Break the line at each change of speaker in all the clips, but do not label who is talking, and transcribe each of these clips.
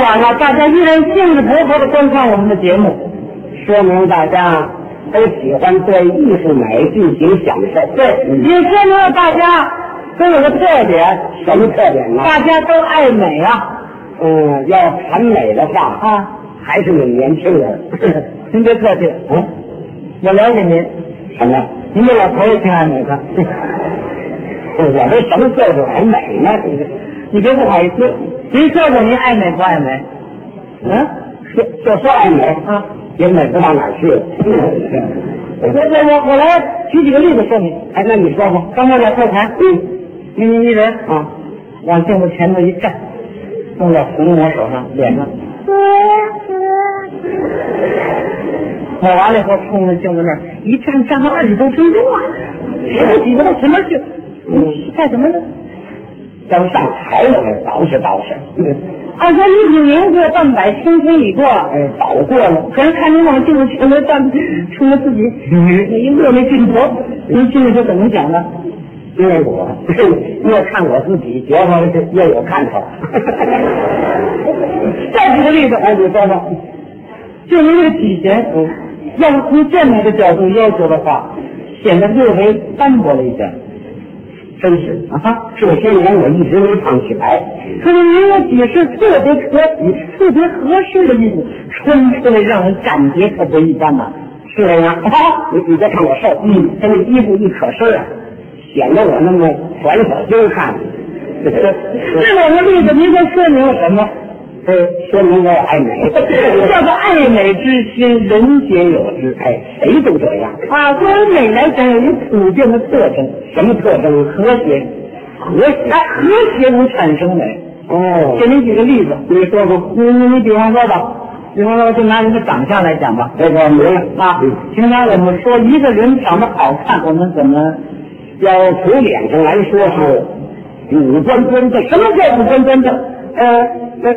晚了，大家依然兴致勃勃的观看我们的节目。
说明大家都喜欢对艺术美进行享受。
对，
嗯，
也说明了大家都有个特点，
什么特点呢？
大家都爱美啊
嗯，要谈美的话，
啊！
还是你们年轻人。
您别客气，
嗯，
我了解您，
什么？
您这老头也挺爱美的。
我这什么岁数还美呢？
你别不好意思，您说说您爱美不爱美？嗯，
就就说爱美，
啊，
也美不到哪儿去。
我
嗯
我我我来举几个例子说明。
哎，那你说说，
刚才在后台，嗯，一人一人
啊，
往镜子前头一站，弄点糊抹手上、脸上，抹完了以后冲着镜子那儿一站，站到二十多分钟啊，十几个到前面去，嗯，干什么呢？
要上台了，我捯饬捯饬。嗯
二三一九年过半百，青春已过了。
哎，早过了。
可是看您往镜子前头站，冲着自己，
嗯
一乐那镜头，您心里头怎么想的？
因为我越看我自己，觉得越有看头。
再举个例子，
哎，你说说，
就您这个体型，要是从健美的角度要求的话，显得略微单薄了一点。
真是
啊哈，
这些年我一直没胖起来。
可是您有几是特别可以、特别合适的衣服，穿出来让人感觉可不一般呐、
是这样，你你别看我瘦，
嗯，
这个衣服一可身啊，显得我那么团伙精看。 这
这两个例子，您都说明了什么？
这说明我也爱 美。
叫做爱美之心，人皆有之。
哎，谁都这样，
啊，关于美来讲，有一普遍的特征，
什么特征？和谐，和谐。
哎，和谐能产生美。
哦
给您举个例子，
你说说，
你你你比方说吧，比方说就拿您的长相来讲吧，
这个名
啊，平常我们说一个人长得好看，我们怎么
要从脸上来说是五官端正。
什么叫五官端正？
呃，那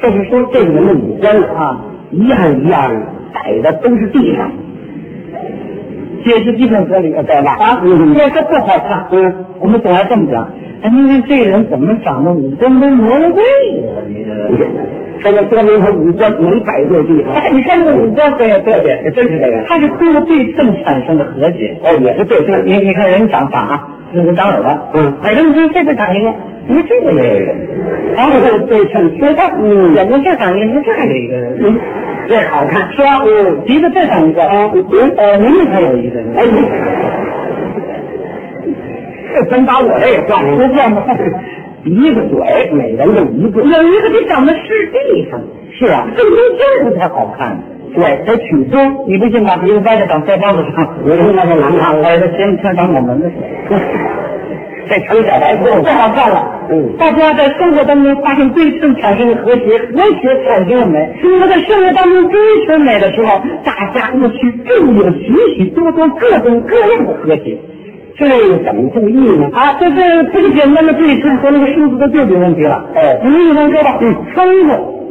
就是说这个人的五官啊，一样一样摆的都是地上，
解释基本合理，
对吧？
啊，
嗯
要是不好看，
嗯，
我们总要这么讲。哎，您看这人怎么长得五官跟魔了鬼呀？
这个说明他五官没摆对地方。
哎，你看这个五官对对对，
对，真是这样。
它是通过对称产生的和谐。
哦，也是对
对，
称。
你你看人长长啊，那个长耳朵，
嗯
耳朵你看这边长一个，你看这个也有一个。
然后这个对称，
你看，
嗯
眼睛哎这长一个，这还有一个，
嗯，这好看。
是吧？嗯，鼻子这长一个，
啊
呃，您这还有一个呢。
哎，你这真把我这也算上
不算吧？
鼻子嘴，每人就一个。
有一个得长得是地方，
是啊，
这没劲儿才好看。
对，
得曲中，你不信把鼻子掰着长腮帮子上，
我听那就难看了，
哎，这先先长我们的。
这成小白兔
太好看了，
嗯
大家在生活当中发现对称产生的和谐，和谐产生了美。那在生活当中追求美的时候，大家要去注意了许许多多各种各样的和谐。
这怎么注意呢？
啊，这这这个简单的对称和那个数字的对比问题了。
哦
我们一般说吧，嗯，穿衣服、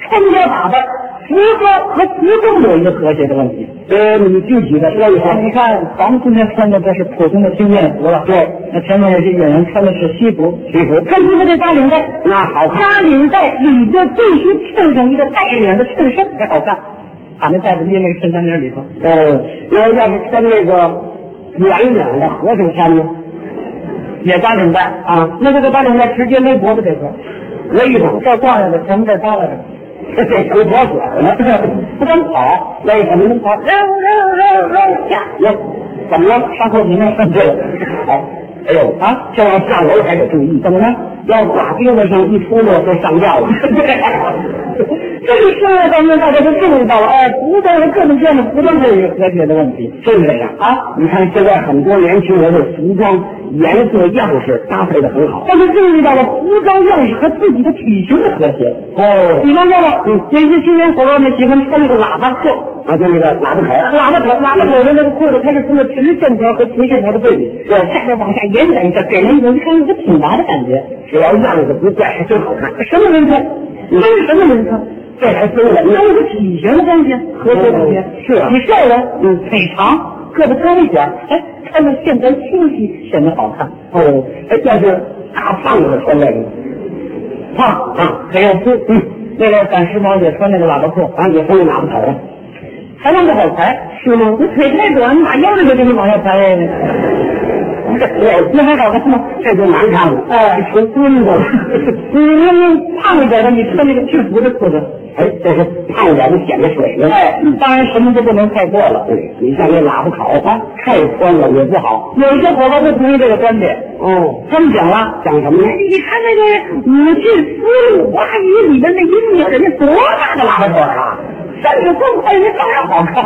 穿着打扮、服装和服装有一个和谐的问题。
呃，你具体的说一
啊你
说。
看，咱们今天穿的这是普通的军便服了，
对，
那前面有些演员穿的是西服，
西服
穿西服得扎领带，
那好看。
扎领带里边必须衬上一个带领的衬衫才好看，把那带子掖那个衬衫领里头。
呃，那要是穿那个圆领的合身衫呢？
也扎领带啊，那这个扎领带直接勒脖子这块，
勒一手
这儿挂着的，前面这儿扎着的，
这成 脖子了，不敢跑，勒什么呢？跑，
肉肉肉肉下，
那怎么了？
上后庭那
对了，哎，哎呦啊，这要下楼还得注意，
怎么了？
要挂钉子上一出落就上吊了。
这个生活当中大家都注意到了，哎，服装和各种各样的服装这个和谐的问题。
真是这样
啊！
你看现在很多年轻人的服装颜色样式搭配的很好。
但是注意到了服装样式和自己的体型的和谐。
哦，
比方说吧，嗯有一些青年伙伴们喜欢穿那个喇叭裤、呃
啊，就那个喇叭头，
喇叭头、喇叭头的那个裤子，它是通过直线条和斜线条的对比，
对
下边往下延展一下，给人一种穿一个挺拔的感觉。
只要样子不怪，还真好看。
什么人穿？
嗯
真是什么人穿？
这还分人呢
都。是体型的东西，和谐东西。
是啊
你瘦了，嗯，腿长，个子高一点，哎，穿的线条清晰，显得好看。
哦，哎，要是大胖子穿这个，
胖
啊，
没有粗，嗯，为了赶时髦，也穿那个喇叭裤，
啊，也分拿不头，
还弄不好裁，
是吗？
你腿太短，你把腰这个给你往下裁，
我
那还好看吗？
这就难看了，
哎，
成棍子了。
你那那胖一点的，你穿那个制服的裤子，
哎，这是胖点子显得水了。
哎，当然什么都不能太过了。
对，你像那喇叭烤啊，太宽了也不好。
有一些伙伴不同意这个观点，
哦，
他们讲了。
讲什么呢？
哎你看那个武进丝路花雨里的那一幕，人家多大的喇叭腿啊！
啊，
三十公分，人当然好看。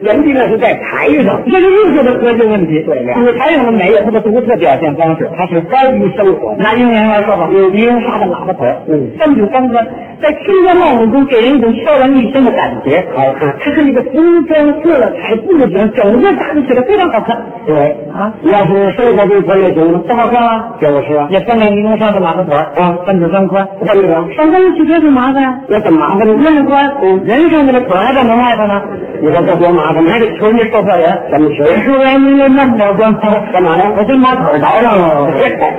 人家那是在台上，
这是艺术的核心问题。
对呀
舞台上的美有它的独特表现方式。
它是高于生活的。
拿英文来说吧，啊有名人发的喇叭腿，
嗯
三九三宽，在清江曼舞中给人一种飘然欲仙的感觉。
好看，
它是那个服装色彩布景，整个打理起来非常好看
对。
啊，
你要是生活中穿越行吗？
不好看吗？
就是啊，
也穿给尼龙上的喇叭腿
啊，
三九三宽，
不这个，
上公共汽车是麻烦呀。
那怎么麻烦呢？
那么宽，人上去了，腿还在门外头呢，
你说这多麻烦，
还
呢？
得求人家售票员。
怎么学？
售票员您哎那么点官方，
干嘛
我
呢？
真把腿倒上了。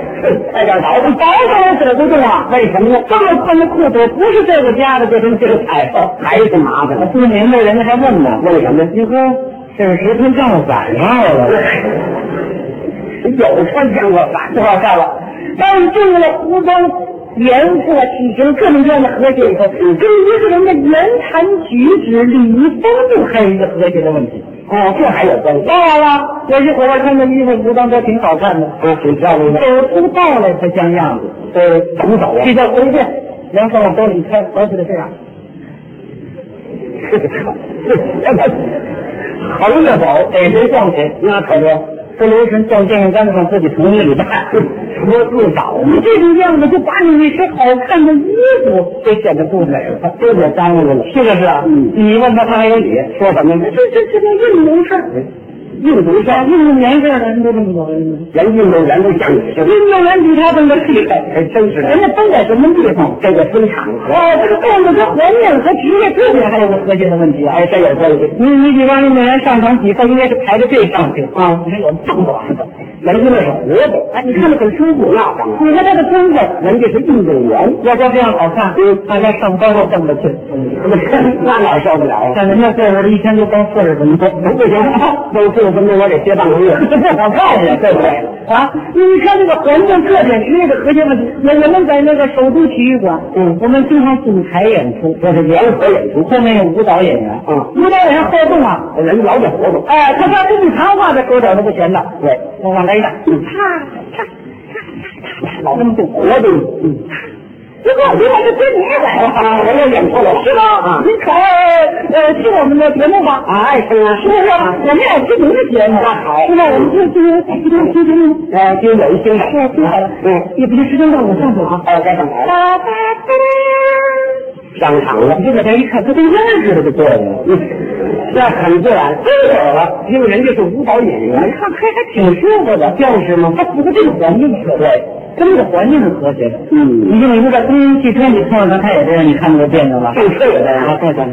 快点倒吧。
哎倒上了腿不动啊？为什么呢？这么宽的裤子不是这个家的，这是这个彩色。
还是麻
我
烦。
不明白，人家还问呢。
为什么呢？
你说这是十天降反啊上了，
有穿见过反
不好看了。当你进入了服装、颜色、体型各种各样的和谐以后，跟一个人的言谈举止、礼仪风度还有一个和谐的问题。
哦，这还有关系？
当然了，有些伙伴穿的衣服服装都挺好看的，
啊，挺漂亮的。
走出道来才像样子。
这怎么走啊
这？叫关键。然后往兜里揣，合起来这样。
横着走，
逮谁撞谁，
那可不。
不留神撞电线杆子上，自己疼一个礼拜。
说自找嘛，
你这种样子，就把你那身好看的衣服给显得不美了，
这也耽误着了。
是不是啊？
嗯
你问他，他还有理。
说什么呢？
这这这叫运动事儿，
运动
像
员，
运动员似的人都这么走，运
人运动员都像你似的，
动员比他们都厉害。
还真是
人
的。
家分在什么地方？
这个分场合，
哦，这个动作跟环境和职业特点还有个核心的问题啊。
哎，这有关系
你你比方运动员上场比赛应该是排着队上去，
啊。
你看有这么多孩子，
人家那是活的，
哎，你看着很舒服。
那当然，
你看这个身份，
人家是运动员，
要说这样好看，大家上班都挣得去。
那哪受得了啊？
像人家岁数一天就刚四十分钟，
不行，都四十分钟，我得歇半个月。
这不好看呀，对不对？啊，你看这个环境特点是那个核心问题。我我们在那个首都体育馆，
嗯
我们经常组台演出，
这是联合演出，
后面有舞蹈演员，
嗯
舞蹈演员活动啊，
人老得活动。
哎，他要跟你谈话，这手脚都不闲的，
对，
我往来一打，
老这么动活动，嗯，
结果我来就跟你来了。
啊，人家演出了，
是吧？
啊
你可爱呃听我们的节目吧，
啊，爱听啊，
是不是？我们有不同的节目，
那好
是吧？我们就就就就就就
哎，就有一些
是啊听好了，
嗯，
也不是时间到，我上去啊。
哎，该上台了，
哒哒哒哒，
上场了
你。就在这一看，这都认识的就对了。
那很自然，真有了，因为人家是舞蹈演
你
员，
看还还挺舒服的，
就是嘛。
它符合这个环境的，对，跟这个环境是和谐的。
嗯，
你就比如在公共汽车，你碰上他，他也这样，你看着就别扭了。
上车也
啊，
得，
对对。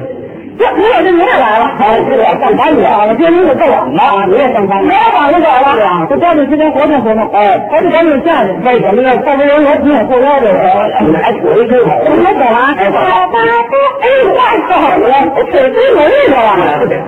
这你也是你也来了，
哎，是啊，上班去
啊，
啊，
我今天你可够晚了。
啊，你也上班
没
去，
有晚就早了，就抓紧时间活动活动。
哎，
还得赶紧下去，为什么呢？后边人我挺想后腰的。
你还腿一出口
我们
呢，
走了，哎，太好了，我腿都没力了。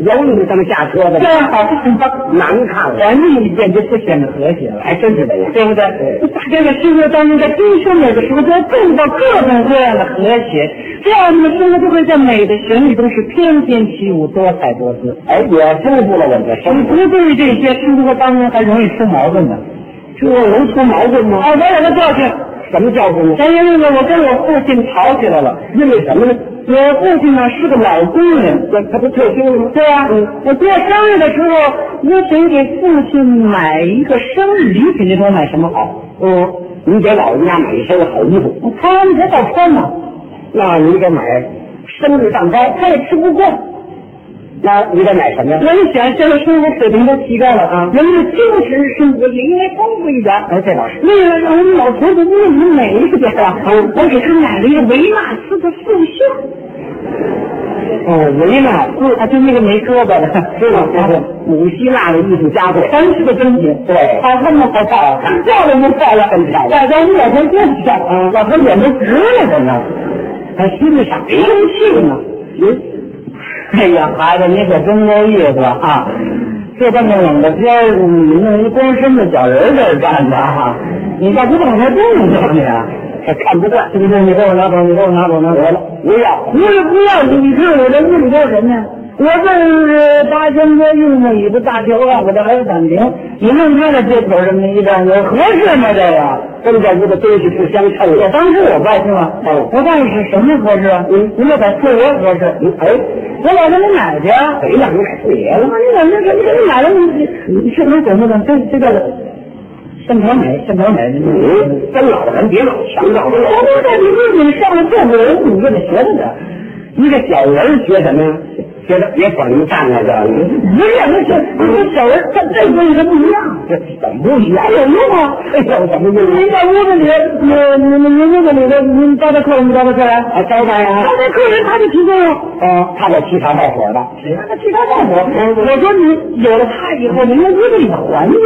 有你这么下车的
这
吗，
样好看吗？
难看了，
环境简直不显得和谐了。
还真是这样。
对不对？大家在生活当中，在追求美的时候，都要创造各种各样的和谐，这样你的生活就会在美的旋律中是翩翩起舞，多彩多姿。
哎，也丰富了我们的
你
生活。
不对这些生活当中还容易出矛盾呢。
这能出矛盾吗？
哎，我有个教训，
什么教训呢？
前些日子我跟我父亲吵起来了。
因为什么呢？
我父亲呢是个老工人，
那他不退休了吗？
对啊呀、
嗯
我过生日的时候，我想给父亲买一个生日礼品，你说买什么好？
嗯，你给老人家买一身好衣服，
我他们才好穿呢，
那你得买生日蛋糕，
他也吃不惯。
那你得买什么呀？
我一想，现在生活水平都提高了啊，人们的精神生活也应该丰富一点。
哎，这倒是。
为了让我们老头子面目美一点啊，
嗯
我给他买了一个维纳斯的塑像，
哦，维纳斯，
啊，就那个没胳膊的，
知道这是古希腊的艺术家 对，
全是个真品。
对，
好看吗？好看，漂亮吗？漂亮，
很漂亮
大家一眼就见不上，
嗯
老头眼都直了，怎么？还心里啥生气呢？
嗯，
哎呀，孩子，你可真够意思啊！这这么冷的天儿，你弄一光身子小人儿在这儿站着啊，你倒不往下动动你啊？
还哎看不惯，
不是，你给我拿走，你给我拿走，拿走
得
了
了。，不要，
不是不要你，你看我这运多什么呀？我这是八千多运的尾巴大条啊，我这还有暂停。你弄他的借口这么一站，我合适吗？这个？
这么点一个东西不相称
我
了。
当时我办是吗？
嗯
我办是什么合适啊？
嗯
您这在四爷合适。
嗯，哦哎，
我老跟你买去啊。
谁让你买四爷
我
了？
说你怎么这你给你买了？你你你是不是怎么怎么这这个现场买现场买？你
嗯，咱老人别老强调
我
了。
不是你自己上了这个人，你就得学着点儿。
一个小人学什么呀？学着别管啊一站那个，你
不是，不是，你这小人跟这东西它不一样。
这怎么不一样
还？有用啊！
哎呦，怎么不一
您
样？
在屋子里，你你你您那个里头，您招待客人不招待客人？
啊，招待啊
招！待客人他就提供了。
啊，他这欺茶带火的，
让他去他干活。我说你有了他以后，您的屋子里的环境，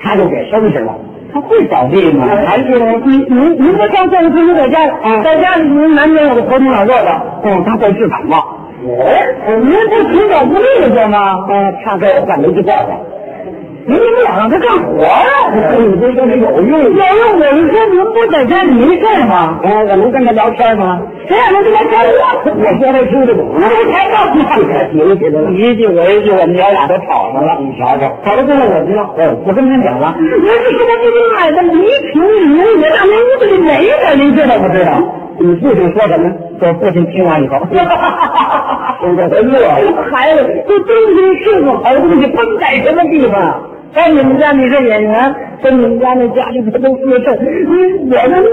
他就给收拾了。
他会
扫地吗？
还
还
是您您您说上厕所不是在家里，在家里您难免有个头疼脑热的。
嗯，他会治感冒。
哎，您不寻找不利索吗？
嗯，唱歌我管没去报了。
您你们俩让他干活呀、
你这都是有用的。
要用我一说，您不在家您干吗？
哎，我能跟他聊天吗？
谁让您跟他干
我
活？
说他听得懂啊。
我哎才告诉你，
您知道了。
一句我一句，我们娘俩都
吵上了，你瞧瞧。
吵到最后我知道，
嗯，
我跟他讲了，我是给他给你买的礼品礼物，我让您屋子里没的，您知道不知道？
你父亲说什么？
我父亲听 完以后，
现在他乐
这
了。
个孩子，这真心是个好东西，分在什么地方？在你们家你是演员，跟你们家那家里头都是事，你我们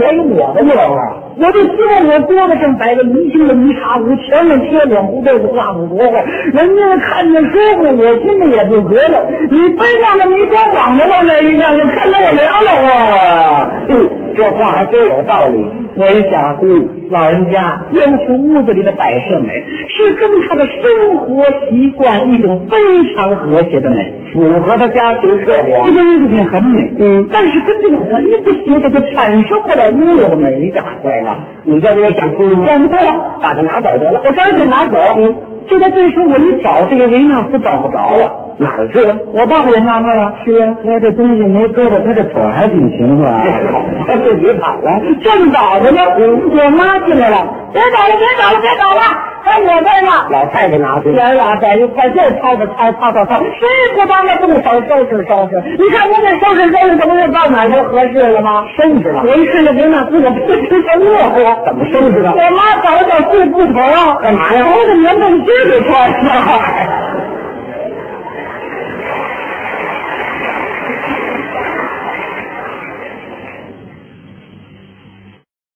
我有我的乐啊！我就希望我多的上摆个明星的泥茶壶，前面贴两壶这个画五国画，人家看着舒服，我心里也就觉得，你背上的你光膀子往那一站，就看着我凉了啊！
嗯，这话还真有道理。
我一想，嗯，老人家要求屋子里的摆设美，是跟他的生活习惯一种非常和谐的美，
符合他家庭特
这
点。
个日子很美，
嗯，
但是跟这个环境不协调，就产生不了应有的美，你咋
对了，你这没想通吗？
想不了。
把它拿走得了。
我刚想拿走，就在这时候我一找这个维纳斯找不着啊了。
哪儿去了？
我爸爸也纳闷了，是啊，他这东西没胳膊，他这腿还挺勤快 啊。
他自己跑了。
正找着呢，我妈进来了，别找了，别找了，别找了，在我这儿呢。
老太太拿去了。
咱俩在一块又吵着吵吵吵吵，谁也不帮着动手收拾收拾。你看我这收拾收拾，这不是到哪就合适了吗？
收拾了
我一看这人呐，自个不知道乐呵。
怎么收拾的？
我妈找了找碎布头啊，
干嘛呀
我的棉布筋给穿上了。